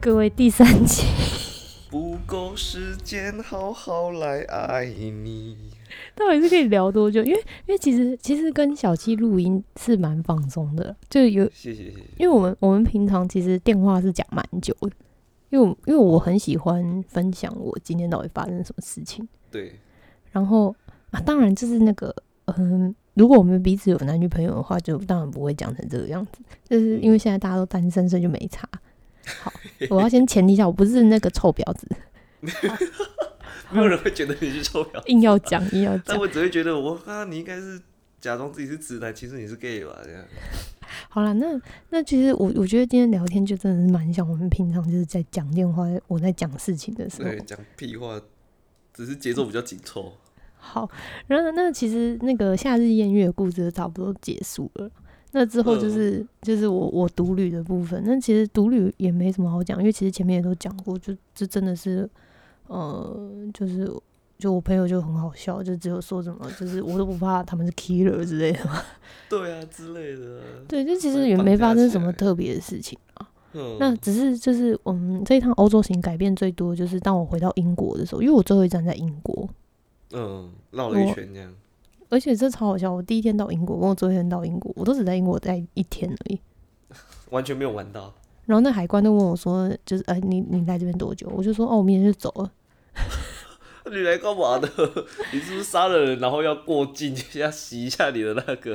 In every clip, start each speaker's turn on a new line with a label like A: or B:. A: 各位第三集，
B: 不够时间好好来爱你。
A: 到底是可以聊多久？因为因为其实其实跟小七录音是蛮放松的，就有
B: 谢谢谢谢。
A: 因为我们我们平常其实电话是讲蛮久的，因为我因为我很喜欢分享我今天到底发生什么事情，
B: 对，
A: 然后啊，当然就是那个嗯。如果我们彼此有男女朋友的话，就当然不会讲成这个样子。就是因为现在大家都单身，所以就没差。好，我要先前提一下，我不是那个臭婊子，
B: 没有人会觉得你是臭 婊，
A: 硬要讲硬要讲
B: 但。我只会觉得我啊，你应该是假装自己是直男，其实你是 gay 吧？这样。
A: 好了，那那其实我我觉得今天聊天就真的是蛮像我们平常就是在讲电话，我在讲事情的时
B: 对，
A: 候。
B: 讲屁话，只是节奏比较紧凑。
A: 好，然后那其实那个夏日宴乐的故事就差不多结束了。那之后
B: 嗯
A: 就是、就是我我独旅的部分，那其实独旅也没什么好讲，因为其实前面也都讲过，就这真的是，呃，就是就我朋友就很好笑，就只有说什么就是我都不怕他们是 killer 之类的，
B: 对啊，之类的啊。
A: 对，就其
B: 把
A: 实
B: 你
A: 也
B: 绑
A: 没
B: 架
A: 发生
B: 起
A: 什么
B: 来
A: 特别的事情啊。
B: 嗯，
A: 那只是就是我们这一趟欧洲行改变最多，就是当我回到英国的时候，因为我最后一站在英国，
B: 嗯，绕了一
A: 我
B: 圈这样。
A: 而且这超好笑。我第一天到英国，跟我最后一天到英国，我都只在英国待一天而已。
B: 完全没有玩到，
A: 然后那海关都问我说，就是哎、你你来这边多久？我就说哦，我明天就走了。
B: 你来干嘛的？ 你是不是杀了人，然后要过境，要洗一下你的那个？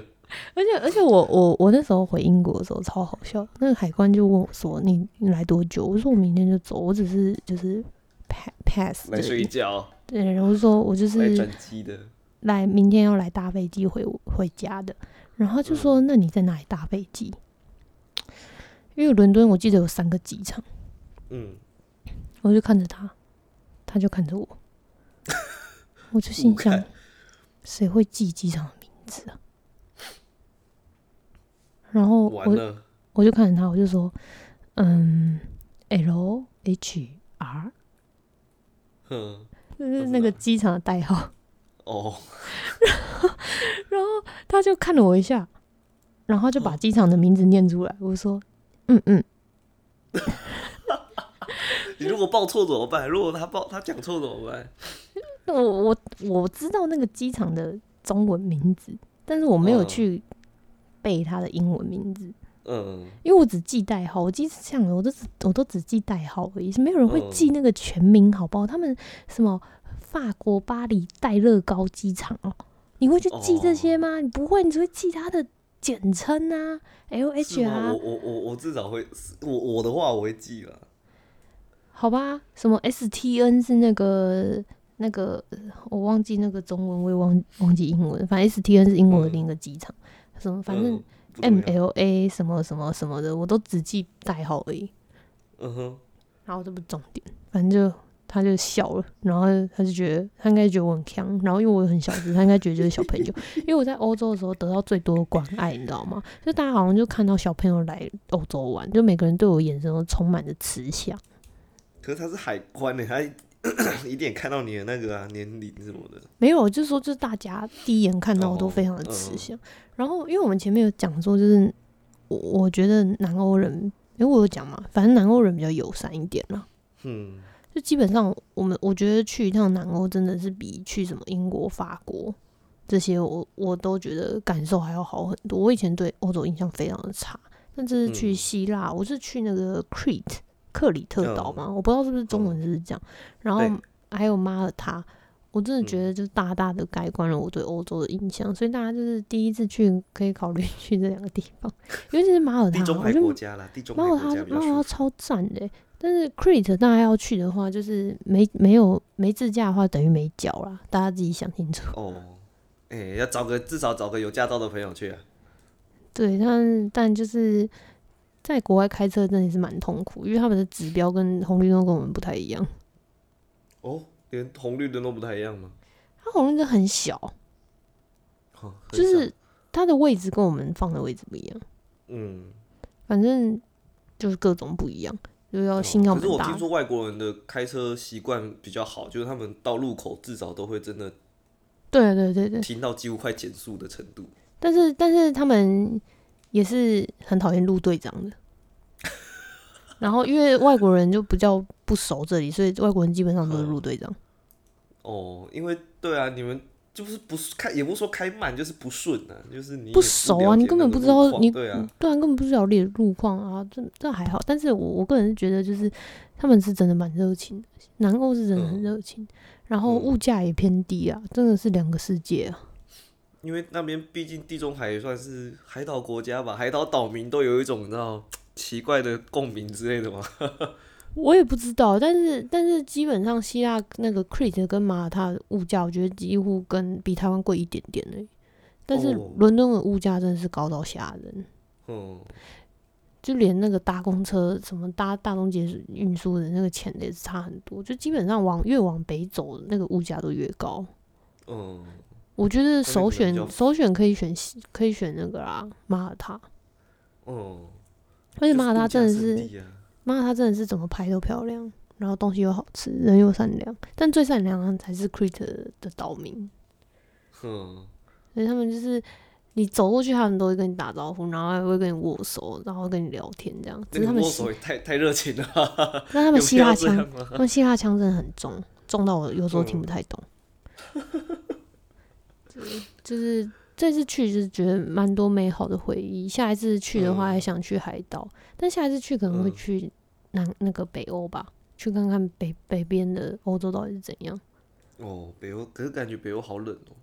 A: 而且而且 我我我那时候回英国的时候超好笑，那个海关就问我说你你来多久？我说我明天就走，我只是就是 pa- pass
B: 来
A: 而
B: 睡
A: 已
B: 觉，
A: 对，然后我说我就
B: 来
A: 是
B: 转机的。
A: 来明天要来搭飞机回回家的，然后他
B: 嗯
A: 就说、那你在哪里搭飞机？因为伦敦我记得有三个机场，
B: 嗯，
A: 我就看着他，他就看着 我，我就心
B: 互
A: 想
B: 看，
A: 谁会记机场的名字啊？然后
B: 完
A: 我
B: 了，
A: 我就看着他，我就说，嗯，L H R，
B: 哼，
A: 就是
B: 知
A: 那个
B: 道
A: 机场的代号。
B: 哦，
A: 然后他就看了我一下，然后就把
B: 哦
A: 机场的名字念出来。我说：“嗯嗯，
B: 你如果报错怎么办？如果他报他讲错怎么办？
A: 我我我知道那个机场的中文名字，但是我没有
B: 嗯
A: 去背它的英文名字，
B: 嗯，
A: 因为我只记代号。我记像我都只我都只记代号而已，是没有人会
B: 嗯
A: 记那个全名，好不好？他们什么法国巴黎戴乐高机场哦，你会去记这些
B: 哦
A: 吗？你不会，你只会记它的简称啊，L
B: 是
A: H
B: 吗？
A: R
B: 我。我我我至少会，我我的话我会记了。
A: 好吧，什么 STN 是那个那个，我忘记那个中文，我也忘忘记英文，反正 STN 是英国的
B: 嗯
A: 另一个机场，什么反正哎
B: 嗯不重要
A: MLA 什么什么什么的，我都只记代号而已，
B: 嗯哼，
A: 然后这不是重点，反正就。他就笑了，然后他就觉得他应该觉得我很强，然后因为我很小只，他应该觉得就是小朋友，因为我在欧洲的时候得到最多的关爱，你知道吗？就大家好像就看到小朋友来欧洲玩，就每个人对我眼神都充满着慈祥。
B: 可是他是海关的，他一 点看到你的那个啊年龄什么的。
A: 没有，就是说，就是大家第一眼看到我都
B: 哦
A: 非常的吃香。然后，因为我们前面有讲说，就是我我觉得南欧人，诶，我有讲嘛，反正南欧人比较友善一点啦。
B: 嗯，
A: 就基本上，我们我觉得去一趟南欧真的是比去什么英国、法国这些我，我都觉得感受还要好很多。我以前对欧洲印象非常的差，但这次去
B: 嗯
A: 希腊，我是去那个 Crete 克里特岛
B: 嗯
A: 嘛，我不知道是不是中文是不是这样。然后
B: 对
A: 还有马耳他，我真的觉
B: 嗯
A: 得就是大大的改观了我对欧洲的印象。所以大家就是第一次去可以考虑 去这两个地方，尤其是马耳他，
B: 地中
A: 我
B: 海
A: 觉
B: 国
A: 得
B: 家啦，地中
A: 马
B: 海
A: 耳
B: 国
A: 他
B: 家比
A: 马
B: 较
A: 耳他
B: 舒服。
A: 超赞的欸、但是 Crete 大家要去的话，就是没没有没自驾的话，等于没脚啦，大家自己想清楚。
B: 哦，哎、要找个至少找个有驾照的朋友去啊。
A: 对，但但就是在国外开车真的是蛮痛苦，因为他们的指标跟红绿灯跟我们不太一样。
B: 哦，连红绿灯都不太一样吗？
A: 它红绿灯很小，
B: 哦，很
A: 就
B: 少
A: 是它的位置跟我们放的位置不一样，
B: 嗯，
A: 反正就是各种不一样，就是要
B: 哦
A: 心要
B: 可是
A: 蛮
B: 我
A: 大
B: 听
A: 的。
B: 说外国人的开车习惯比较好，就是他们到路口至少都会真的
A: 对对对对，
B: 停到几乎快减速的程度。
A: 但是但是他们也是很讨厌陆队长的。 然后因为外国人就比较不熟这里，所以外国人基本上都是陆队长。
B: 哦，因为对啊，你们就是不是开，也不是说开慢，就是不顺啊，就是你也
A: 不熟啊，
B: 了解
A: 你根本
B: 那个
A: 不知道
B: 路况
A: 你
B: 对啊，
A: 对啊，根本不知道列路况啊，这这还好。但是我我个人是觉得，就是他们是真的蛮热情的，南欧是真的很
B: 嗯
A: 热情，然后
B: 嗯
A: 物价也偏低啊，真的是两个世界啊。
B: 因为那边毕竟地中海也算是海岛国家吧，海岛岛民都有一种你知道奇怪的共鸣之类的嘛。
A: 我也不知道，但是但是基本上希腊那个 Crete 跟马耳他的物价，我觉得几乎跟比台湾贵一点点而已。但是
B: 哦
A: 伦敦的物价真的是高到吓人，
B: 嗯，
A: 就连那个搭公车、什么搭大众捷运输的那个钱也是差很多。就基本上往越往北走，那个物价都越高。
B: 嗯，
A: 我觉得
B: 可能
A: 首
B: 比较
A: 选首选可以选西可以选那个啦，马耳他。
B: 嗯，
A: 而且马耳他真的
B: 就
A: 是
B: 是度假胜地啊
A: 妈，她真的是怎么拍都漂亮，然后东西又好吃，人又善良，但最善良的才是 Crete 的岛民，
B: 嗯，
A: 所以他们就是你走过去，他们都会跟你打招呼，然后还会跟你握手，然后跟你聊天这样。只
B: 那
A: 是
B: 个
A: 他们
B: 握
A: 希
B: 手，也太太热情了哈哈哈，
A: 但他
B: 有
A: 们
B: 必
A: 希腊
B: 要这
A: 腔，
B: 样吗？
A: 他们希腊腔真的很重，重到我有时候听不太懂。 就是这次去就是觉得蛮多美好的回忆，下一次去的话
B: 嗯
A: 还想去海岛，但下一次去可能会
B: 嗯
A: 去南那个北欧吧，去看看北北边的欧洲到底是怎样，
B: 哦，北欧，可是感觉北欧好冷哦。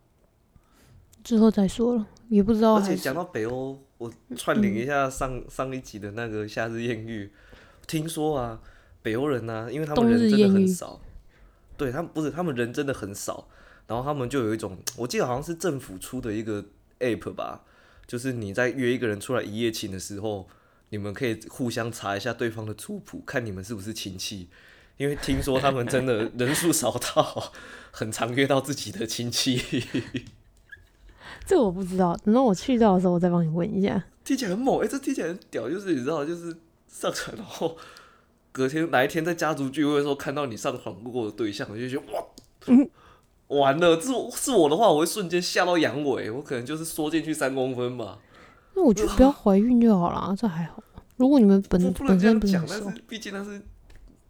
A: 之后再说了，也不知道
B: 而
A: 还
B: 且
A: 是嗯
B: 讲到北欧，我串联一下上、上一集的那个夏日艳遇，听说啊，北欧人呢、因为他们
A: 冬日
B: 人真的
A: 艳
B: 很
A: 遇
B: 少，对他们不是他们人真的很少，然后他们就有一种，我记得好像是政府出的一个 app 吧，就是你在约一个人出来一夜情的时候，你们可以互相查一下对方的族谱，看你们是不是亲戚。因为听说他们真的人数少到 很常约到自己的亲戚，
A: 这个我不知道，等到我去到的时候我再帮你问一下。
B: 听起来很猛，哎、这听起来很屌，就是你知道，就是上传，然后隔天哪一天在家族聚会的时候看到你上传过的对象，我就觉得哇，
A: 嗯
B: 完了，这是我是我的话，我会瞬间吓到阳痿，我可能就是缩进去三公分吧。
A: 那我就不 要怀孕就好啊啦，这还好。如果你们本
B: 不不能
A: 本
B: 这
A: 身
B: 样
A: 不是
B: 讲
A: 很，
B: 但
A: 熟
B: 是，毕竟那是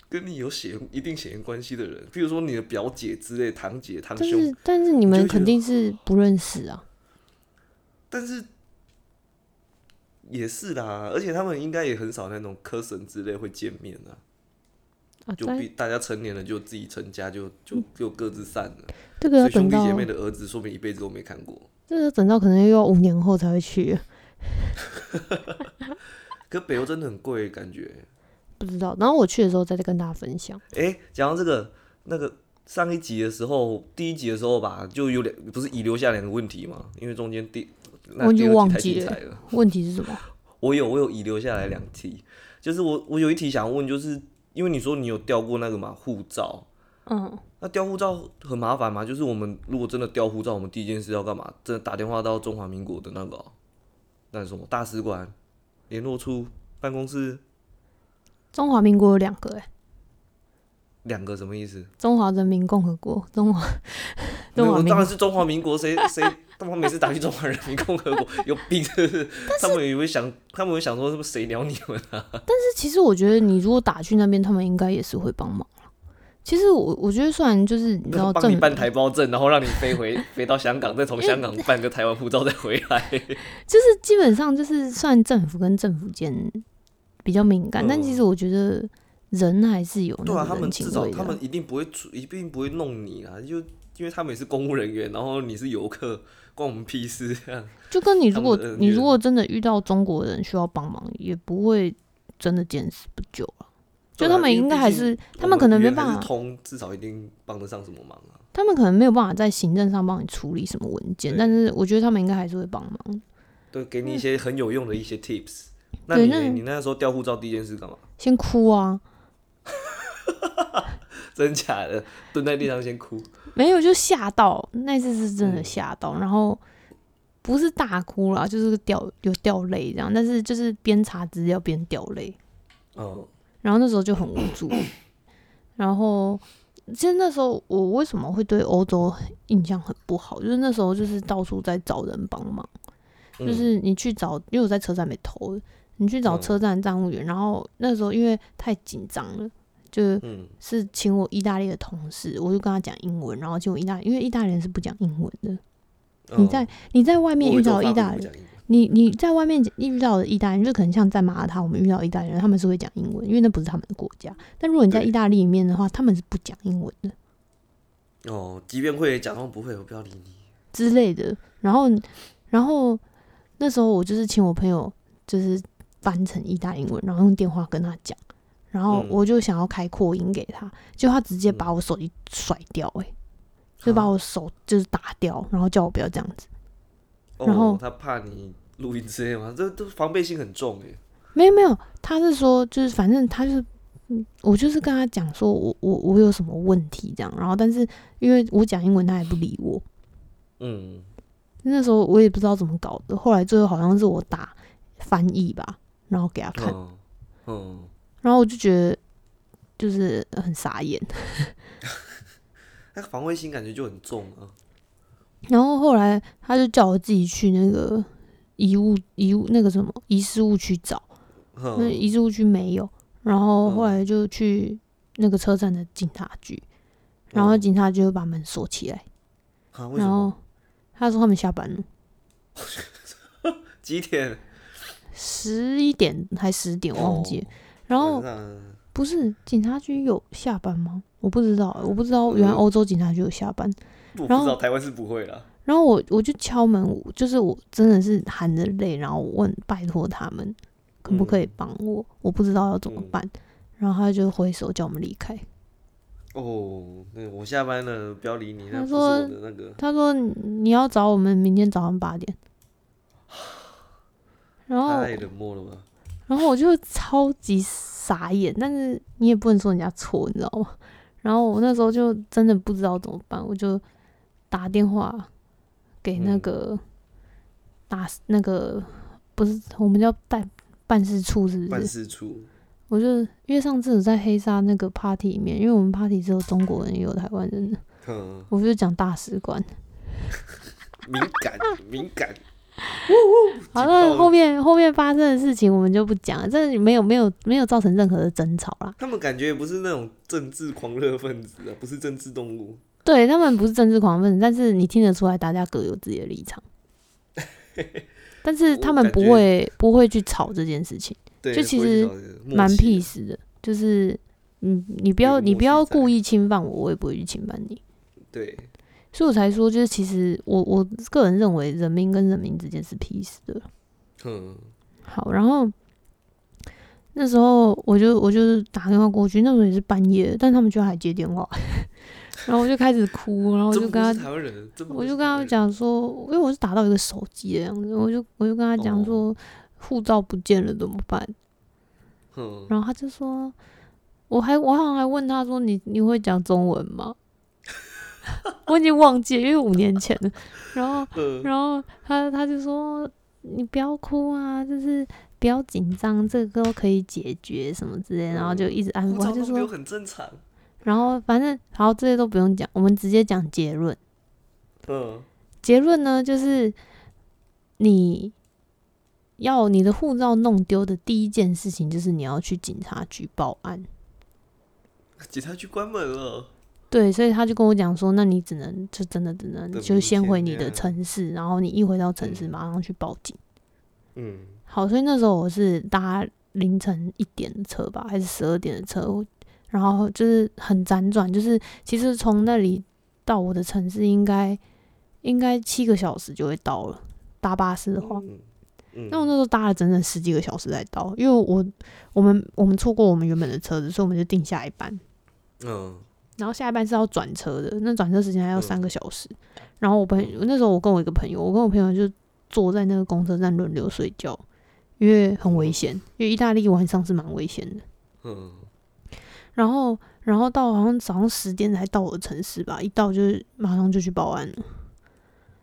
B: 跟你有血缘一定血缘关系的人，比如说你的表姐之类、堂姐、堂
A: 但
B: 兄
A: 是但是你
B: 就
A: 们
B: 会觉
A: 肯
B: 得
A: 定是不认识啊。
B: 但是也是啦，而且他们应该也很少那种科神之类会见面啊，
A: 啊，
B: 就
A: 但
B: 必大家成年了就自己成家就就就各自散了。
A: 这个
B: 所
A: 要嗯啊等
B: 以兄弟
A: 到
B: 姐妹的儿子，说明一辈子都没看过。
A: 这个等到可能又要五年后才会去，
B: 可北欧真的很贵，感觉。
A: 不知道。然后我去的时候再跟大家分享。
B: 哎、讲到这个，那个上一集的时候，第一集的时候吧，就有两不是遗留下两个问题嘛，因为中间第那
A: 我已
B: 第
A: 经
B: 二
A: 忘
B: 集太
A: 记
B: 精
A: 了
B: 彩了。
A: 问题是什么？
B: 我有我有遗留下来两题，就是我我有一题想问，就是因为你说你有掉过那个嘛护照，
A: 嗯，
B: 那掉护照很麻烦嘛？就是我们如果真的掉护照，我们第一件事要干嘛？真的打电话到中华民国的那个哦那是什么大使馆、联络处、办公室，
A: 中华民国有两个哎、
B: 两个什么意思？
A: 中华人民共和国，中 华
B: 没
A: 中
B: 有，
A: 华
B: 我
A: 民
B: 当
A: 国
B: 然。是中华民国，谁谁他妈每次打去中华人民共和国有病是不是？他们也会想，他们会想说是不是谁鸟你们？
A: 但是其实我觉得你如果打去那边，他们应该也是会帮忙啦其实我我觉得虽然就是你知道
B: 帮
A: 政
B: 你办台胞证，然后让你飞回飞到香港，再从香港办个台湾护照再回来。
A: 就是基本上就是算政府跟政府间比较敏感，但
B: 嗯
A: 其实我觉得人还是有
B: 对啊，
A: 那
B: 他
A: 个
B: 们
A: 人情
B: 至
A: 味
B: 少
A: 的。
B: 他们一定不会出，一定不会弄你啊，就因为他们也是公务人员，然后你是游客，关我们屁事 这样。
A: 就跟你如果
B: 他们的
A: 你
B: 那个
A: 如果真的遇到中国人需要帮忙，也不会真的见死不救了。就
B: 对啊
A: 他们
B: 因为
A: 应该
B: 毕
A: 还
B: 竟
A: 是，他
B: 我
A: 们可能
B: 语
A: 没
B: 言
A: 办
B: 还是
A: 法，
B: 通，至少一定帮得上什么忙啊。
A: 他们可能没有办法在行政上帮你处理什么文件，
B: 对
A: 但是我觉得他们应该还是会帮忙。
B: 对，给你一些很有用的一些 tips。那
A: 对
B: 你
A: 那
B: 呢你那时候掉护照第一件事干嘛？
A: 先哭啊，
B: 真假的，蹲在地上先哭。
A: 没有就吓到，那次是真的
B: 嗯
A: 吓到，然后不是大哭啦，就是掉有掉泪这样，但是就是边查资料边掉泪。
B: 嗯，
A: 然后那时候就很无 助。然后其实那时候我为什么会对欧洲印象很不好，就是那时候就是到处在找人帮忙，
B: 嗯
A: 就是你去找，因为我在车站被偷，你去找
B: 嗯
A: 车站站务员，然后那时候因为太紧张了，就是
B: 嗯
A: 是请我意大利的同事，我就跟他讲英文，然后结果意大因为意大利人是不讲英文的，
B: 嗯
A: 你在你在外面
B: 我有
A: 遇
B: 一种
A: 到意
B: 法国
A: 大
B: 人
A: 利
B: 不讲英文
A: 你你在外面遇到的意大利人，就可能像在马耳他，我们遇到意大利人，他们是会讲英文，因为那不是他们的国家。但如果你在
B: 对
A: 意大利里面的话，他们是不讲英文的
B: 哦，即便会假装不会，我不要理你。
A: 之类的。然后，然后那时候我就是请我朋友，就是翻成意大利文，然后用电话跟他讲，然后
B: 嗯
A: 我就想要开扩音给他，结果他直接把我手机甩掉、欸，就把我手就是打掉，然后叫我不要这样子。
B: 哦
A: 然后
B: 他怕你录音之类嘛，这这防备心很重哎。
A: 没有没有，他是说就是反正他就是，嗯我就是跟他讲说我我我有什么问题这样，然后但是因为我讲英文他也不理我，
B: 嗯，
A: 那时候我也不知道怎么搞的，后来最后好像是我打翻译吧，然后给他看，
B: 嗯嗯，
A: 然后我就觉得就是很傻眼，
B: 那防卫心感觉就很重啊。
A: 然后后来他就叫我自己去那个遗物遗物那个什么遗失物区找，那
B: 嗯
A: 遗失物区没有，然后后
B: 嗯
A: 来就去那个车站的警察局，然后
B: 嗯
A: 警察局就把门锁起来，
B: 啊，为什
A: 然后
B: 么？
A: 他说他们下班了，
B: 几点？
A: 十一点还十点忘记了。
B: 哦
A: 然
B: 然
A: 后不是警察局有下班吗？我不知道，我不知道原来
B: 嗯
A: 欧洲警察局有下班。
B: 我不知
A: 然后
B: 道台湾是不会啦。
A: 然后我我就敲门，我就是我真的是含着泪，然后问拜托他们可不可以
B: 嗯
A: 帮我，我不知道要怎么
B: 嗯
A: 办。然后他就挥手叫我们离开。
B: 哦，对，我下班了，不要理你。
A: 他
B: 那不是我
A: 说
B: 的那个，
A: 他说你要找我们明天早上八点。然后，
B: 太冷漠了吧？
A: 然后我就超级傻眼，但是你也不能说人家错，你知道吗？然后我那时候就真的不知道怎么办，我就打电话给那
B: 嗯
A: 个、打那个不是我们叫办办事处是不
B: 办
A: 是？
B: 事处，
A: 我就因为上次我在黑沙那个 party 里面，因为我们 party 只有中国人也有台湾人的，
B: 嗯，
A: 我就讲大使馆。
B: 敏感， 敏感。
A: 好
B: 警报
A: 了，后面后面发生的事情我们就不讲了，这没有没有没有造成任何的争吵啦。
B: 他们感觉也不是那种政治狂热分子啊，不是政治动物。
A: 对他们不是政治狂分子，但是你听得出来大家各有自己的立 场，但是他们不
B: 我
A: 会不会去吵这件事情，
B: 对，
A: 就其
B: 不会去
A: 实
B: 找人默
A: 蛮
B: 契啊的
A: peace 的，就是你你不
B: 有
A: 要
B: 个
A: 你
B: 默
A: 不要
B: 契在
A: 故意侵犯我，我也不会去侵犯你。
B: 对，
A: 所以我才说，就是其实我我个人认为人民跟人民之间是 peace 的。
B: 哼，
A: 好，然后那时候我就我就是打电话过去，那时候也是半夜，但他们居然还接电话， 然后我就开始哭，然后我
B: 这
A: 就
B: 不
A: 跟他
B: 是台湾人，这不
A: 我
B: 是
A: 就跟
B: 台
A: 他
B: 湾
A: 们
B: 人，
A: 讲说，因为我是打到一个手机的样子，我就我就跟他讲
B: 哦嗯
A: 说，护照不见了怎么办？
B: 哼，
A: 然后他就说，我还我好像还问他说，你你会讲中文吗？ 我已经忘记了，因为五年前了。然后
B: 呃
A: 然后他他就说，你不要哭啊，就是不要紧张，这个都可以解决什么之类的。然后就一直安慰
B: 护
A: 我，他
B: 照
A: 就
B: 嗯都没有
A: 说，
B: 很正常，
A: 然后反正然后这些都不用讲，我们直接讲结论。
B: 嗯，
A: 结论呢，就是你要你的护照弄丢的第一件事情，就是你要去警察局报案。
B: 警察局关门了，
A: 对，所以他就跟我讲说，那你只能就真的只能
B: 等
A: 就
B: 明
A: 先回
B: 天
A: 你的
B: 啊
A: 城市，然后你一回到城市
B: 嗯
A: 马上去报警。
B: 嗯，
A: 好，所以那时候我是搭凌晨一点的车吧，还是十二点的车，我然后就是很辗转，就是其实从那里到我的城市应该应该七个小时就会到了，搭巴士的话。
B: 嗯嗯，
A: 那我那时候搭了整整十几个小时才到，因为我我们我们错过我们原本的车子，所以我们就订下一班，
B: 嗯
A: 然后下一班是要转车的，那转车时间还要三个小时。然后我朋友那时候我跟我一个朋友，我跟我朋友就坐在那个公车站轮流睡觉，因为很危险，因为意大利晚上是蛮危险的。
B: 嗯，
A: 然后然后到好像早上十点才到我的城市吧，一到就是马上就去报案了。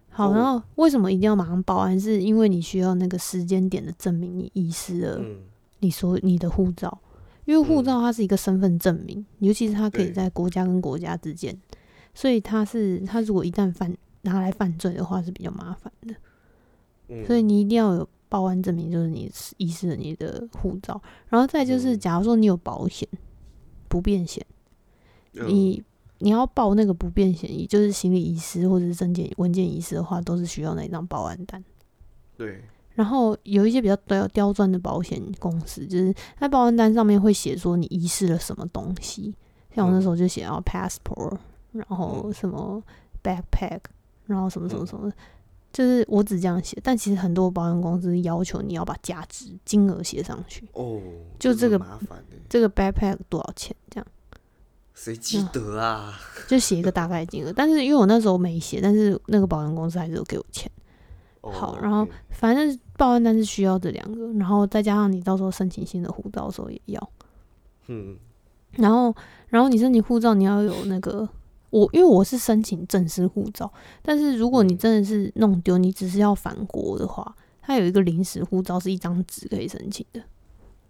A: 好，
B: 哦
A: 然后为什么一定要马上报案？是因为你需要那个时间点的证明你遗失了
B: 嗯
A: 你所你的护照，因为护
B: 嗯
A: 照它是一个身份证明，尤其是它可以
B: 对
A: 在国家跟国家之间，所以它是它如果一旦犯拿来犯罪的话是比较麻烦的，
B: 嗯，
A: 所以你一定要有报案证明就是你遗失了你的护照，然后再就是，假如说你有保险，不便险，
B: 嗯
A: 你你要报那个不便险，也就是行李遗失或者是证件文件遗失的话，都是需要那一张报案单。
B: 对，
A: 然后有一些比较刁刁钻的保险公司，就是在报案单上面会写说你遗失了什么东西，像我那时候就写到 passport，然后
B: 嗯
A: 什么 backpack，然后什么什么
B: 嗯
A: 什么，就是我只这样写，但其实很多保险公司要求你要把价值金额写上去，
B: 哦，
A: 就
B: 真
A: 这
B: 的
A: 个
B: 麻烦欸
A: 这个 backpack 多少钱这样。
B: 谁记得啊？
A: 就写一个大概金额。但是因为我那时候没写，但是那个保险公司还是有给我钱。
B: 哦
A: 好然后
B: OK
A: 反正报案单是需要这两个，然后再加上你到时候申请新的护照的时候也要。
B: 嗯，
A: 然后，然后你申请护照，你要有那个我，因为我是申请正式护照，但是如果你
B: 嗯
A: 真的是弄丢，你只是要返国的话，它有一个临时护照是一张纸可以申请的。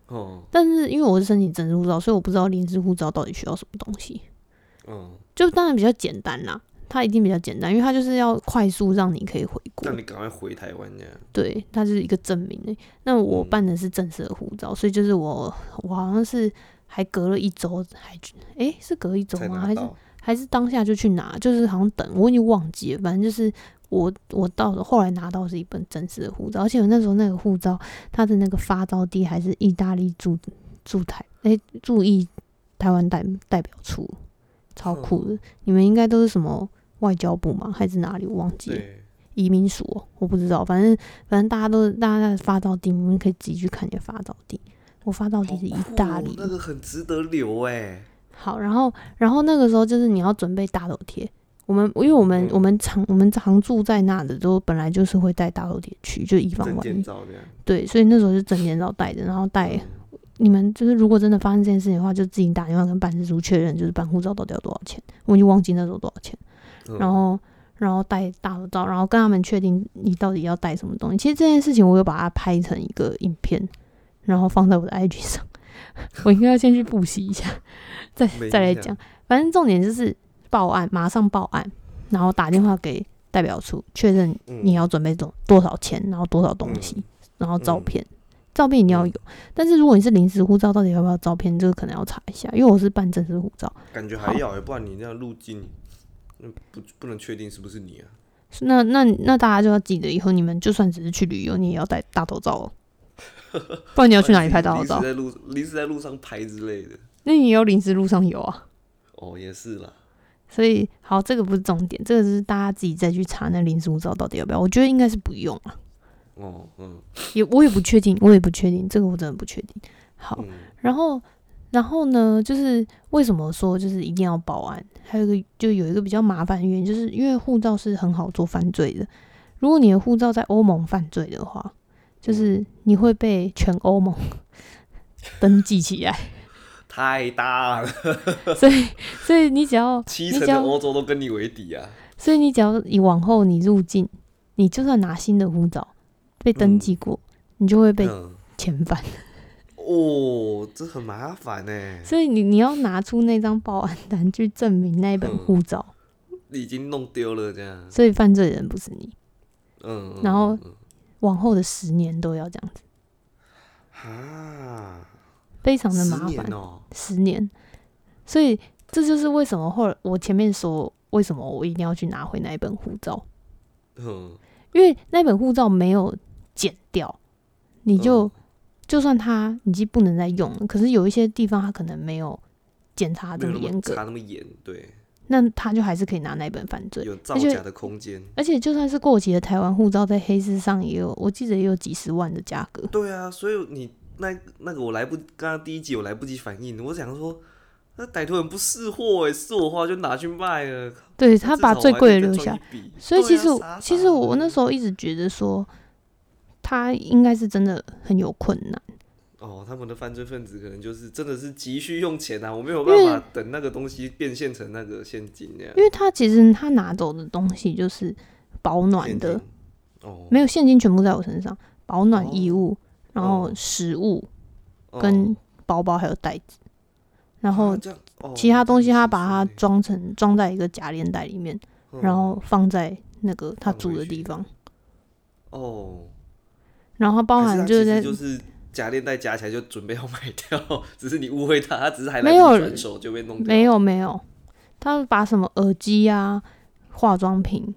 B: 哦，
A: 但是因为我是申请正式护照，所以我不知道临时护照到底需要什么东西。
B: 嗯，
A: 就当然比较简单啦，它一定比较简单，因为它就是要快速让你可以回国
B: 让，你赶快回台湾这样。
A: 对，它就是一个证明欸。那我
B: 嗯
A: 办的是正式的护照，所以就是我我好像是还隔了一周，还诶、是隔一周
B: 才
A: 吗？
B: 拿
A: 还是
B: 到，
A: 还是当下就去拿，就是好像等，我已经忘记了，反正就是我我到了后来拿到是一本正式的护照，而且我那时候那个护照它的那个发照地还是意大利驻驻台诶、驻意台湾代代表处，超酷的！你们应该都是什么外交部吗？还是哪里？我忘记了。
B: 对，
A: 移民署哦，我不知道，反正反正大家都是大家的发照地，你们可以自己去看你的发照地。我发照地是意
B: 好酷
A: 大
B: 哦
A: 利，
B: 那个很值得留哎。
A: 好，然后然后那个时候就是你要准备大头贴。我们因为我们
B: 嗯
A: 我们常我们常住在那的，都本来就是会带大头贴去，就以防
B: 证
A: 万
B: 件
A: 一。
B: 照这样。
A: 对，所以那时候就整天照带着，然后带
B: 嗯
A: 你们就是如果真的发生这件事情的话，就自己打电话跟办事处确认，就是办护照到底要多少钱。我已经忘记那时候多少钱。
B: 嗯
A: 然后然后带大头照，然后跟他们确定你到底要带什么东西。其实这件事情我有把它拍成一个影片，然后放在我的 IG 上。 我应该要先去复习一下， 再
B: 没
A: 再来
B: 印象
A: 讲。反正重点就是报案，马上报案，然后打电话给代表处确认你要准备多多少钱，然后多少东西，
B: 嗯
A: 然后照
B: 嗯
A: 片。照片一定要
B: 嗯
A: 有，但是如果你是临时护照，到底要不要照片？这个可能要查一下，因为我是办正式护照，
B: 感觉还要欸，不然你那样入境，嗯不不能确定是不是你啊。
A: 那那那大家就要记得，以后你们就算只是去旅游，你也要戴大头照 哦，不然你要去哪里拍大头照
B: 临？时在路临时在路上拍之类的。
A: 那你也要临时路上游啊。
B: 哦，也是啦。
A: 所以好，这个不是重点，这个是大家自己再去查那临时护照到底要不要。我觉得应该是不用啊，
B: 哦，嗯
A: 也我也不确定，我也不确定，这个我真的不确定。好，
B: 嗯，
A: 然后然后呢，就是为什么说就是一定要报案？还有一个就有一个比较麻烦的原因，就是因为护照是很好做犯罪的。如果你的护照在欧盟犯罪的话，
B: 嗯
A: 就是你会被全欧盟 登记起来，
B: 太大了，
A: 所以所以你只要
B: 七
A: 你
B: 成
A: 只
B: 的
A: 要
B: 欧洲都跟你为敌啊。
A: 所以你只要你往后你入境，你就算拿新的护照被登记过，你就会被
B: 嗯。
A: 遣返。
B: 哦，这很麻烦呢。
A: 所以你你要拿出那张报案单去证明那一本
B: 嗯
A: 护照，
B: 你已经弄丢了这样。
A: 所以犯罪的人不是你。
B: 嗯。嗯
A: 然后
B: 嗯
A: 往后的十年都要这样子，
B: 啊，
A: 非常的
B: 十
A: 麻
B: 年
A: 烦，
B: 哦。
A: 十年。所以这就是为什么后来我前面说为什么我一定要去拿回那一本护照，
B: 嗯。
A: 因为那本护照没有剪掉，你就、
B: 嗯
A: 就算它已经不能再用了，可是有一些地方它可能没有检查
B: 嗯
A: 这
B: 没有那
A: 严
B: 么
A: 格，
B: 查那么严，对，
A: 那他就还是可以拿那本犯罪。
B: 有造
A: 而且
B: 假的空间。
A: 而且就算是过期的台湾护照，在黑市上也有，我记得也有几十万的价格。
B: 对啊，所以你那那个我来不，刚刚第一集我来不及反应，我想说，那歹徒很不识货哎，是我的话就拿去卖了。
A: 对他把最贵的留下，。所以其实、
B: 啊、
A: 其实我那
B: 候
A: 时候一直觉得说，他应该是真的很有困难，
B: 哦，他们的犯罪分子可能就是真的是急需用钱啊，我没有
A: 因为
B: 办法等那个东西变现成那个现金那样
A: 因。为他其实他拿走的东西就是保暖
B: 现
A: 的
B: 金，哦，
A: 没有现金全部在我身上，保暖衣物，然后
B: 哦
A: 食物
B: 哦
A: 跟包包还有袋子，然
B: 啊
A: 后
B: 这样哦
A: 其他东西他把
B: 那
A: 它
B: 很细
A: 装成装在一个假链袋里面，
B: 碎呢
A: 然后放在那个他
B: 嗯放回
A: 住的
B: 去
A: 地方。
B: 哦，
A: 然后包含
B: 就
A: 就是在
B: 就是假链带夹起来就准备要卖掉， 只是你误会他，他只是还来
A: 没
B: 不及
A: 有
B: 转手就被弄掉，
A: 没有没有，他把什么耳机啊、化妆品，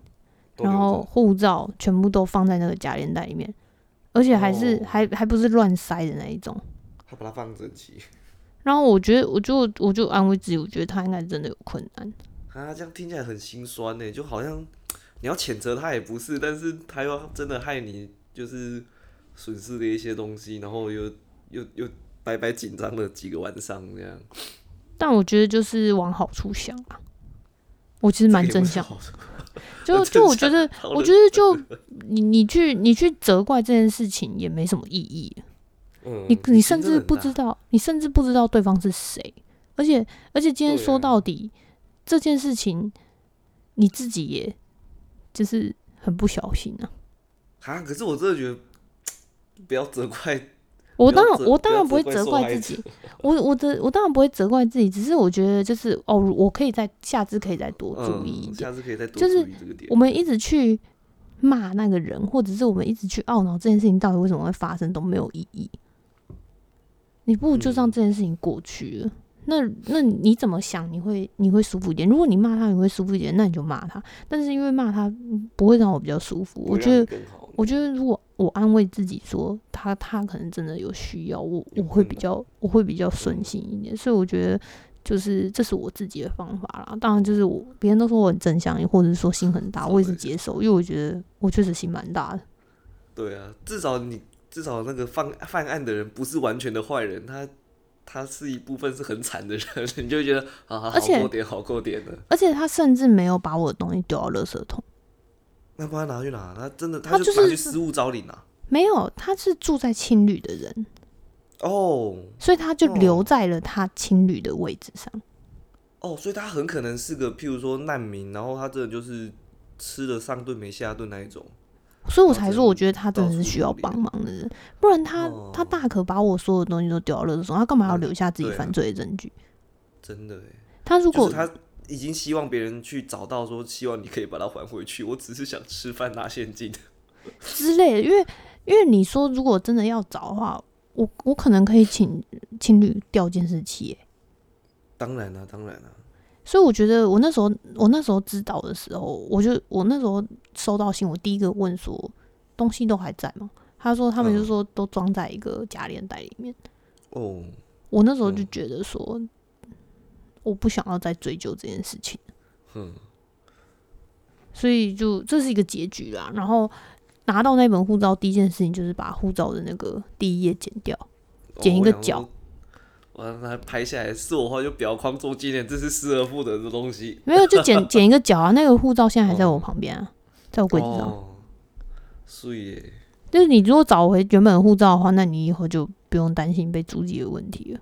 B: 都留
A: 然
B: 着，
A: 后护照全部都放在那个假链袋里面，而且还是、
B: 哦
A: 还还不是乱塞的那一种。
B: 他把它放整齐。
A: 然后我觉得，我就我就安慰自己，我觉得他应该真的有困难。
B: 啊，这样听起来很心酸呢，就好像你要谴责他也不是，但是他又真的害你，就是损失了一些东西，然后又又又白白紧张了几个晚上这样。
A: 但我觉得就是往好处想啊，我其实蛮
B: 这个也
A: 正
B: 不是
A: 向，
B: 好处
A: 就
B: 很
A: 就我觉
B: 正
A: 得，
B: 好
A: 我
B: 了
A: 觉得就你你去你去责怪这件事情也没什么意义。啊
B: 嗯，
A: 你你甚至不知
B: 知
A: 道，你甚至不知道对方是谁，而且而且今天
B: 对
A: 说
B: 啊
A: 到底、这件事情，你自己也就是很不小心啊。
B: 啊，可是我真的觉得不要责怪
A: 我
B: 不要
A: 当然
B: 责
A: 我
B: 不
A: 当
B: 要
A: 然
B: 责
A: 不会
B: 怪
A: 责
B: 受
A: 怪
B: 害
A: 自己，我我的我当然不会责怪自己，只是我觉得就是哦，我可以再下次可以再多注意一
B: 嗯，
A: 点。
B: 下次可以再多
A: 就是
B: 注意这个点
A: 我。们一直去骂那个人，或者是我们一直去懊恼这件事情到底为什么会发生都没有意义。你不如就让
B: 嗯
A: 这件事情过去了。那那你怎么想？你会你会舒服一点？如果你骂他，你会舒服一点，那你就骂他。但是因为骂他嗯不会让我比较舒服，我
B: 会让
A: 觉
B: 你
A: 得
B: 更好
A: 我觉得如果我安慰自己说他他可能真的有需要，我我
B: 有
A: 会
B: 困
A: 比
B: 难
A: 较我会比较顺心一点，所以我觉得就是这是我自己的方法啦。当然就是我别人都说我很正向，或者是说心很大，
B: 是啊
A: 我也是
B: 的
A: 接受，因为我觉得我确实心蛮大的。
B: 对啊，至少你至少那个犯犯案的人不是完全的坏人，他他是一部分是很惨的人， 你就会觉得啊，好
A: 而且
B: 过点好过点的。
A: 而且他甚至没有把我的东西丢到垃圾桶，
B: 那不然拿去哪？他真的
A: 他
B: 就
A: 就是
B: 拿去失物招领啊。
A: 没有，他是住在青旅的人，
B: 哦
A: 所以他就
B: 哦
A: 留在了他青旅的位置上。
B: 哦，所以他很可能是个譬如说难民，然后他真的就是吃了上顿没下顿那一种。
A: 所以我
B: 然后
A: 才
B: 只
A: 说，
B: 能
A: 我觉得他真的
B: 到
A: 是
B: 处
A: 需要
B: 处理
A: 帮忙的人，不然他、他
B: 哦
A: 大可把我所有东西都丢到垃圾桶，他干嘛要
B: 嗯
A: 留下自己
B: 对啊
A: 犯罪的证据？
B: 真的哎，
A: 他如
B: 就
A: 果、
B: 是他已经希望别人去找到说，希望你可以把它还回去。我只是想吃饭拿现金。
A: 之类的，因为因为你说如果真的要找的话，我我可能可以请情侣调监视器耶、
B: 当然啦、当然啦、啊
A: 所以我觉得我那时候我那时候知道的时候，我就我那时候收到信，我第一个问说东西都还在吗？他说他们就
B: 嗯
A: 说都装在一个假链袋里面。
B: 哦，
A: 我那时候就
B: 嗯
A: 觉得说，我不想要再追究这件事情，
B: 哼。
A: 所以就这是一个结局啦。然后拿到那本护照，第一件事情就是把护照的那个第一页剪掉。剪一个角
B: 哦。我想说我让他拍下来，是我话就裱框做纪念，这是失而复得的东西。
A: 没有，就 剪剪一个角啊。那个护照现在还在我旁边啊，在我柜子上。
B: 哦，所以
A: 就是你如果找回原本的护照的话，那你以后就不用担心被租借的问题了，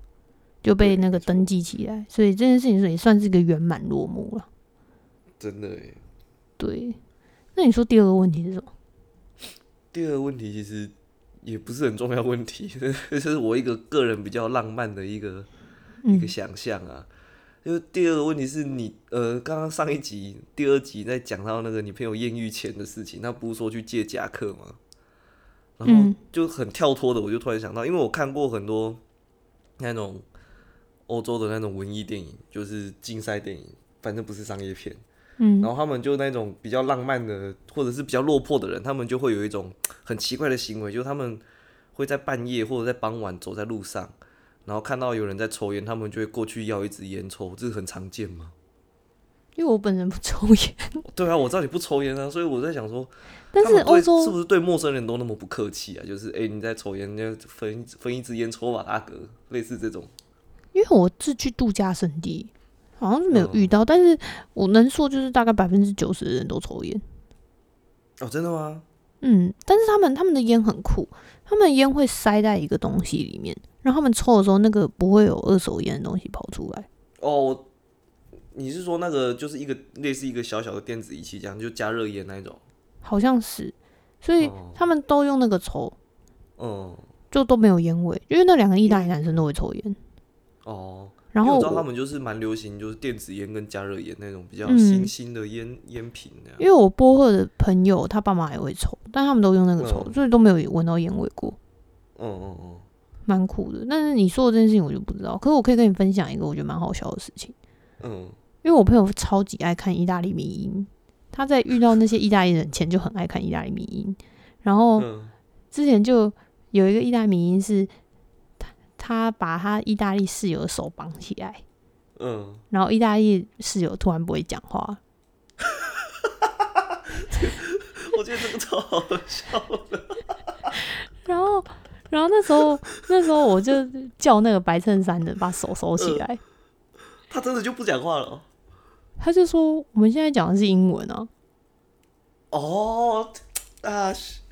A: 就被
B: 对
A: 那个
B: 没错
A: 登记起来。所以这件事情也算是一个圆满落幕了。
B: 真的耶。
A: 对，那你说第二个问题是什么？
B: 第二个问题其实也不是很重要问题， 这是我一个个人比较浪漫的一个一
A: 嗯
B: 个，想象啊。因为第二个问题是你，呃，刚刚上一集、第二集在讲到那个你朋友艳遇前的事情，那不是说去借夹克吗？然后
A: 嗯
B: 就很跳脱的，我就突然想到，因为我看过很多那种欧洲的那种文艺电影，就是竞赛电影，反正不是商业片。
A: 嗯
B: 然后他们就那种比较浪漫的，或者是比较落魄的人，他们就会有一种很奇怪的行为，就是他们会在半夜或者在傍晚走在路上，然后看到有人在抽烟，他们就会过去要一支烟抽，这是很常见嘛。
A: 因为我本人不抽烟，
B: 对啊，我知道你不抽烟啊，所以我在想说，
A: 但
B: 他
A: 是
B: 们对
A: 欧
B: 是不
A: 洲
B: 是对陌生人都那么不客气啊？就是哎、你在抽烟，那分分一支烟抽吧，大哥，类似这种。
A: 因为我是去度假胜地，好像是没有
B: 嗯
A: 遇到，但是我能说就是大概百分之九十的人都抽烟。
B: 哦，真的吗？
A: 嗯，但是他们他们的烟很酷，他们的烟会塞在一个东西里面，然后他们抽的时候，那个不会有二手烟的东西跑出来。
B: 哦，我你是说那个就是一个类似一个小小的电子仪器，这样就加热烟那一种？
A: 好像是，所以
B: 哦
A: 他们都用那个抽，
B: 嗯。
A: 就都没有烟味，因为那两个意大利男生都会抽烟。
B: 哦，
A: 然
B: 因为
A: 后
B: 我知道他
A: 我
B: 们就是蛮流行，就是电子烟跟加热烟那种比较
A: 嗯
B: 新兴的烟烟品那
A: 因
B: 样。
A: 为我波赫的朋友他爸妈也会抽，但他们都用那个抽，
B: 嗯
A: 所以都没有闻到烟味过，
B: 嗯嗯嗯，
A: 蛮酷的。但是你说的这件事情我就不知道，可是我可以跟你分享一个我觉得蛮好笑的事情，
B: 嗯，
A: 因为我朋友超级爱看意大利迷音，他在遇到那些意大利人前就很爱看意大利迷音，然后
B: 嗯
A: 之前就有一个意大利迷音是他他把他意大利室友的手绑起来。
B: 嗯，
A: 然后意大利室友突然不会讲话，
B: 我觉得这个超好笑的。
A: 然后，然后那时候那时候我就叫那个白衬衫的把手收起来，
B: 他真的就不讲话了
A: 他就说我们现在讲的是英文啊，
B: 哦哦啊！是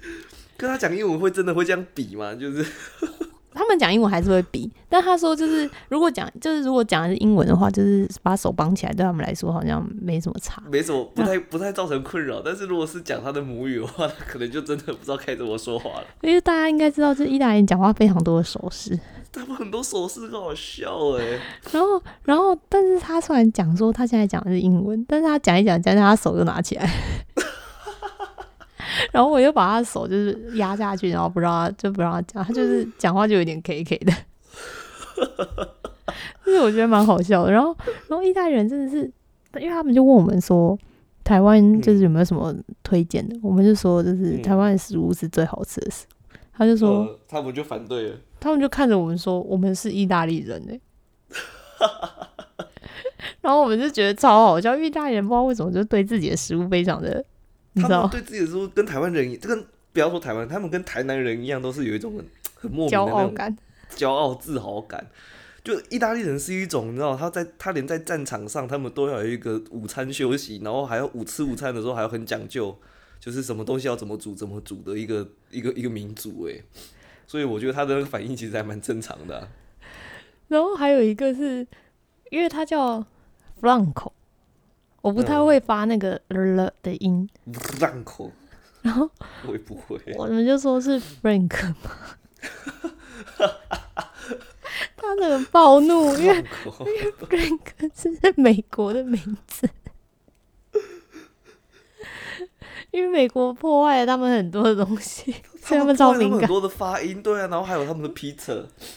B: 跟他讲英文会真的会这样比吗？就是
A: 他们讲英文还是会比，但他说就是如果讲就是如果讲的是英文的话，就是把手绑起来对他们来说好像没什么差。
B: 没什么，不太不太造成困扰。但是如果是讲他的母语的话，他可能就真的不知道该怎么说话了。
A: 因为大家应该知道，就是意大利人讲话非常多的手势，
B: 他们很多手势很好笑哎、
A: 然后，然后，但是他虽然讲说他现在讲的是英文，但是他讲一讲，讲一讲他手就拿起来， 然后我就把他手就是压下去，然后不让他就不让他讲，他就是讲话就有点 K K 的， 就是我觉得蛮好笑的。然后，然后意大利人真的是，因为他们就问我们说。台湾就是有没有什么推荐的？我们就说，就是
B: 嗯
A: 台湾的食物是最好吃的食物。他就说，
B: 呃他们就反对了。
A: 他们就看着我们说：“我们是意大利人哎、 然后我们就觉得超好笑，因为意大利人不知道为什么就对自己的食物非常的，你
B: 他
A: 知
B: 们
A: 道，
B: 对自己的时候跟台湾人一，这跟不要说台湾，他们跟台南人一样，都是有一种很很莫名
A: 骄
B: 的那
A: 傲
B: 种
A: 感。
B: 骄傲自豪感。就意大利人是一种，你知道，他在他连在战场上，他们都要有一个午餐休息，然后还要午吃午餐的时候还要很讲究，就是什么东西要怎么煮怎么煮的一个一个一个民族哎。所以我觉得他的反应其实还蛮正常的啊、
A: 然后还有一个是，因为他叫 Franco，我不太
B: 嗯
A: 会发那个了的音，
B: 浪口，
A: 然后
B: 我也不会。
A: 我们就说是 Frank 嘛。他那个暴怒，因为
B: 浪口，
A: Frank 是美国的名字， 因为美国破坏了他们很多的东西， 所以他们超
B: 破坏
A: 敏
B: 很
A: 感。
B: 多的发音，对啊，然后还有他们的披萨，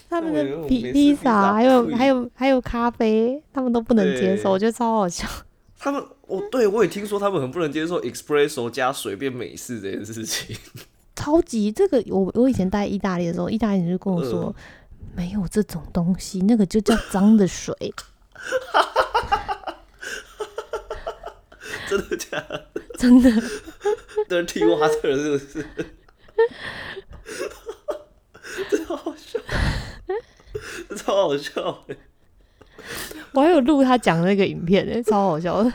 A: 他们
B: 对
A: 的
B: 我没
A: 披
B: 事
A: 披
B: 披萨
A: 萨，还有
B: 对
A: 还有还有咖啡，他们都不能接受，
B: 对
A: 我觉得超好笑。
B: 他们，我对我也听说他们很不能接受 espresso 加水变美式这件事情。
A: 超级这个，我我以前待意大利的时候，意大利人就跟我说，
B: 嗯
A: 没有这种东西，那个就叫脏的 水。
B: 真的假的
A: 真 的，
B: ？Dirty water 是不是？ 真的好笑，这超好笑欸。
A: 我还有录他讲那个影片诶、超好 笑的，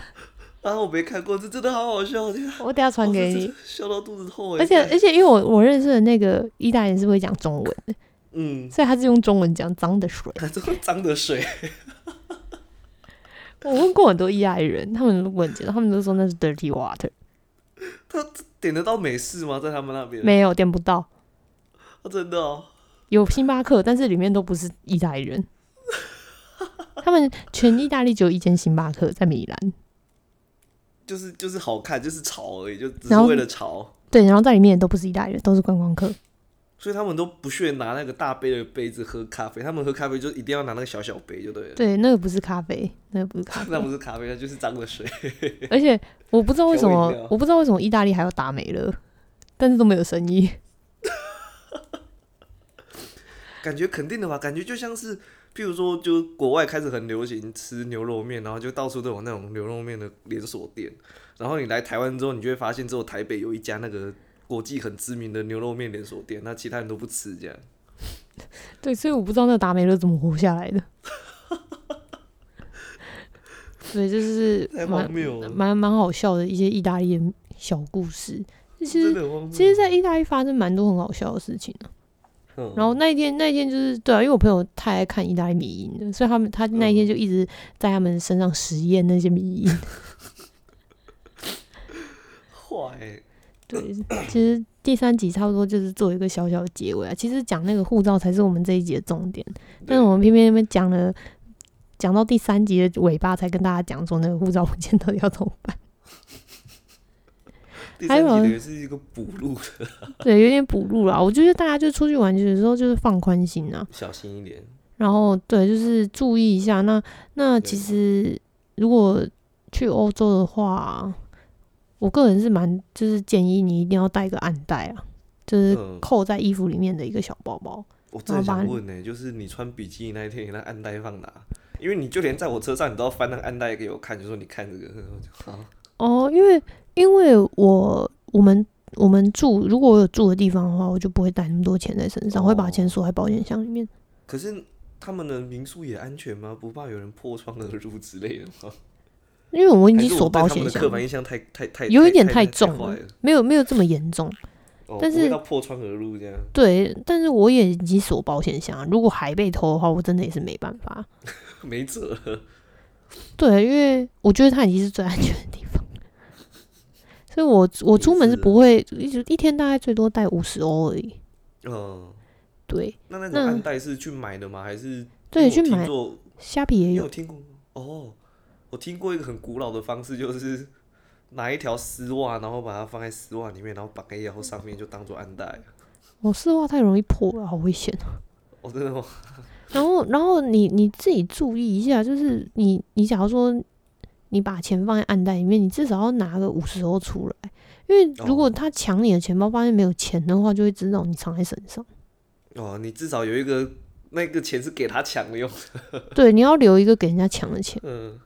B: 啊，我没看过，这真的好好笑，天啊！
A: 我等一下传给你
B: 我。是笑到肚子痛欸
A: 而且而且，因为我我认识的那个意大利人是会讲中文的，
B: 嗯，
A: 所以他是用中文讲脏的水。
B: 这种脏的水，
A: 我问过很多意大利人，他们都不能接受，他们都说那是 dirty water，
B: 点得到美式吗？在他们那边？
A: 没有点不到。
B: 啊，真的哦。
A: 有星巴克，但是里面都不是意大利 人。他们全意大利只有一间星巴克在米兰，
B: 就是就是好看，就是潮而已，就只是
A: 然后
B: 为了潮，
A: 对，然后在里面都不是意大利人，都是观光客。
B: 所以他们都不屑拿那个大杯的杯子喝咖啡，他们喝咖啡就一定要拿那个小小杯，就对了。
A: 对，那个不是咖啡，那个不是咖啡
B: 那。不是咖啡，那就是脏的水。
A: 而且我不知道为什
B: 调
A: 么
B: 味料，
A: 我不知道为什么意大利还要打美乐，但是都没有生 意。
B: 感觉肯定的吧？感觉就像是，譬如说，就国外开始很流行吃牛肉面，然后就到处都有那种牛肉面的连锁店。然后你来台湾之后，你就会发现，只有台北有一家那个国际很知名的牛肉面连锁店，那其他人都不吃这样。
A: 对，所以我不知道那个达美乐怎么活下 来的。对，就是
B: 太
A: 蛮
B: 荒谬了，
A: 蛮蛮好笑的一些意大利的小故事。其
B: 真
A: 实
B: 的很荒谬。
A: 其实，在意大利发生蛮多很好笑的事情、啊、
B: 嗯，
A: 然后那一天那一天就是对啊，因为我朋友太爱看意大利迷音了，所以他们他那一
B: 嗯
A: 天就一直在他们身上实验那些迷音。
B: 坏欸、
A: 对，其实第三集差不多就是做一个小小的结尾啊。其实讲那个护照才是我们这一集的重点，但是我们偏偏那边讲了讲到第三集的尾巴才跟大家讲说那个护照文件到底要怎么办。
B: 第
A: 还
B: 三集
A: 有
B: 等于是一个补录的，
A: 对，有点补录啦。我觉得大家就出去玩的时候就是放宽心啊，
B: 小心一点。
A: 然后对，就是注意一下。那那
B: 对啊
A: 其实如果去欧洲的话，我个人是蛮就是建议你一定要带一个暗袋啊，就是
B: 嗯，
A: 扣在衣服里面的一个小包包。
B: 我真的
A: 麻
B: 想
A: 烦
B: 问呢、就是你穿比基尼那一天，你那暗袋放哪？因为你就连在我车上，你都要翻那个暗袋给我看，就说你看这个，我就好，
A: 哦，因为因为我我们我们住，如果我有住的地方的话，我就不会带那么多钱在身上，会把钱
B: 哦
A: 锁在保险箱里面。
B: 可是他们的民宿也安全吗？不怕有人破窗而入之类的吗？
A: 因为我已
B: 还
A: 经
B: 是
A: 锁
B: 我对
A: 保
B: 他们
A: 险
B: 的
A: 箱
B: 刻
A: 了
B: 板，印象太太太
A: 有一点
B: 太
A: 重
B: 太坏
A: 了
B: 了，
A: 没有没有这么严重。
B: 哦
A: 但
B: 不会
A: 是
B: 到破窗而入这样。
A: 对，但是我也已经锁保险箱了，如果还被偷的话，我真的也是没办法。
B: 没辙了，
A: 对，因为我觉得它已经是最安全的地方，所以我我
B: 也
A: 出门是
B: 是
A: 不会一直一天大概最多带五十欧而已。
B: 嗯，
A: 对
B: 那那种
A: 那
B: 暗袋是去买的吗？还是
A: 对，
B: 因为
A: 去
B: 我听
A: 买
B: 说
A: 虾皮也
B: 你
A: 有
B: 有听过哦？我听过一个很古老的方式，就是 拿一条丝袜，然后把它放在丝袜里面，然后绑在腰上面，就当做暗袋。
A: 我哦丝袜太容易破了，好危险。
B: 哦，真的吗？
A: 然后，然后你你自己注意一下，就是你你假如说你把钱放在暗袋里面，你至少要拿个五十欧出来，因为如果
B: 哦
A: 他抢你的钱包，发现没有钱的话，就会知道你藏在身上。
B: 哦，你至少有一个那个钱是给他抢的用。
A: 对，你要留一个给人家抢的钱。
B: 嗯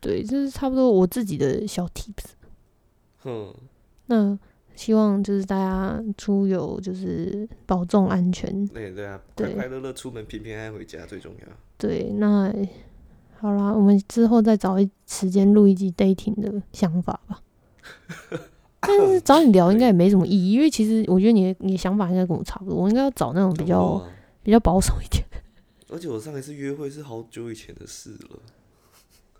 A: 对，这是差不多我自己的小 tips。
B: 哼，
A: 那希望就是大家出游就是保重安全。
B: 那、对啊，
A: 对
B: 快快乐乐出门，平平安安回家最重要。
A: 对，那好啦，我们之后再找一时间录一集 dating 的想法 吧。但是找你聊应该也没什么意义，因为其实我觉得你的你的想法应该跟我差不多，我应该要找那种比
B: 差不
A: 较
B: 多啊
A: 比较保守一点。
B: 而且我上一次约会是好久以前的事了。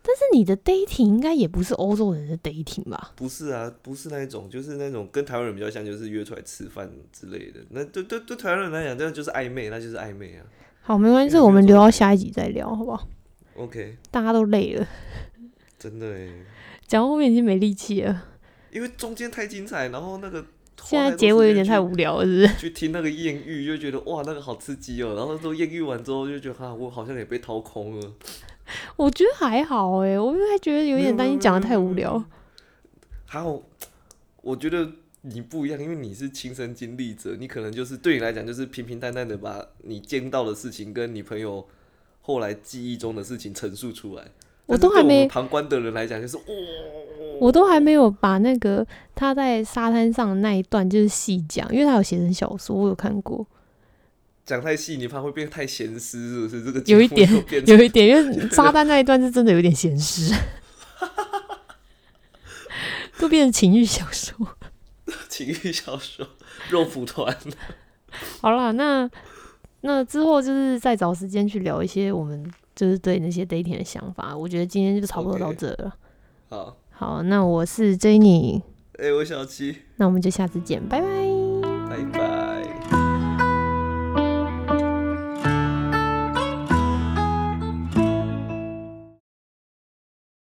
A: 但是你的 dating 应该也不是欧洲人的 dating 吧？
B: 不是啊，不是那一种，就是那种跟台湾人比较像，就是约出来吃饭之类的。那对对对台湾人来讲，这样就是暧昧，那就是暧昧啊。
A: 好，没关系，
B: 应该
A: 我们
B: 没
A: 留
B: 有这
A: 到
B: 么
A: 下一集再聊，好不好？
B: OK，
A: 大家都累了，
B: 真的哎，
A: 讲到后面已经没力气了，
B: 因为中间太精彩，然后那个
A: 现在结尾有点太无聊了，是不是？
B: 去听那个艳遇，就觉得哇，那个好刺激哦。然后都艳遇完之后，就觉得哈、啊，我好像也被掏空了。
A: 我觉得还好哎、我还觉得有点担心讲的太无
B: 嗯
A: 聊。
B: 还有，我觉得你不一样，因为你是亲身经历者，你可能就是对你来讲就是平平淡淡的把你见到的事情跟你朋友后来记忆中的事情陈述出来。
A: 我
B: 但是
A: 都
B: 对
A: 还
B: 们
A: 没
B: 旁嗯观的哦人来讲，就是哦哇，
A: 我都还没有把那个他在沙滩上的那一段就是细讲，因为他有写成小说，我有看过，
B: 嗯讲太细，你怕会变太咸湿，是不是？这个
A: 有一
B: 节目
A: 点
B: 又变 成
A: 有一点，因为沙滩那一段是真的有点闲 湿，都变成情欲小说。
B: 情欲小说、肉蒲团。
A: 好啦，那那之后就是再找时间去聊一些我们就是对那些 dating 的想法。我觉得今天就差不多到
B: OK
A: 这了。
B: 好，
A: 好，那我是 Jenny，
B: 哎、我小七，
A: 那我们就下次见，拜拜。
B: 拜拜。